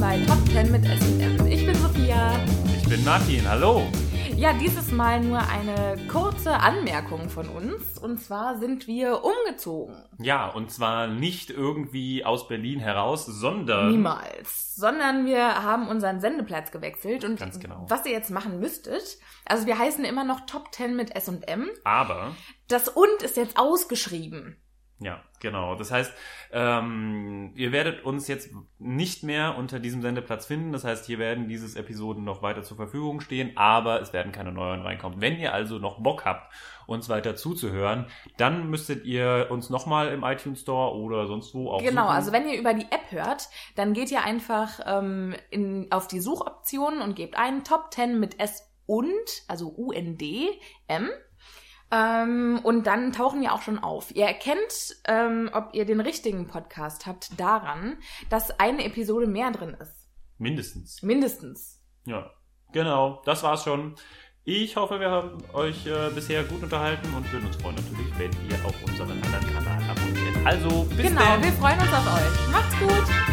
bei Top 10 mit SR. Ich bin Sophia. Ich bin Martin, hallo. Ja, dieses Mal nur eine kurze Anmerkung von uns. Und zwar sind wir umgezogen. Ja, und zwar nicht irgendwie aus Berlin heraus, sondern Niemals. Sondern wir haben unseren Sendeplatz gewechselt. Und Ganz genau. was ihr jetzt machen müsstet, also wir heißen immer noch Top 10 mit SM. aber. Das und ist jetzt ausgeschrieben. Ja, genau. Das heißt, ähm, ihr werdet uns jetzt nicht mehr unter diesem Sendeplatz finden. Das heißt, hier werden dieses Episoden noch weiter zur Verfügung stehen, aber es werden keine neuen reinkommen. Wenn ihr also noch Bock habt, uns weiter zuzuhören, dann müsstet ihr uns nochmal im iTunes Store oder sonst wo auch Genau, suchen. also wenn ihr über die App hört, dann geht ihr einfach ähm, in, auf die Suchoptionen und gebt ein Top 10 mit S und, also UND, M. Ähm, und dann tauchen wir auch schon auf. Ihr erkennt, ähm, ob ihr den richtigen Podcast habt, daran, dass eine Episode mehr drin ist. mindestens. Mindestens. Ja, genau. Das war's schon. Ich hoffe, wir haben euch äh, bisher gut unterhalten und würden uns freuen natürlich, wenn ihr auch unseren anderen Kanal abonniert. Also, bis genau, dann. wir freuen uns auf euch. Macht's gut!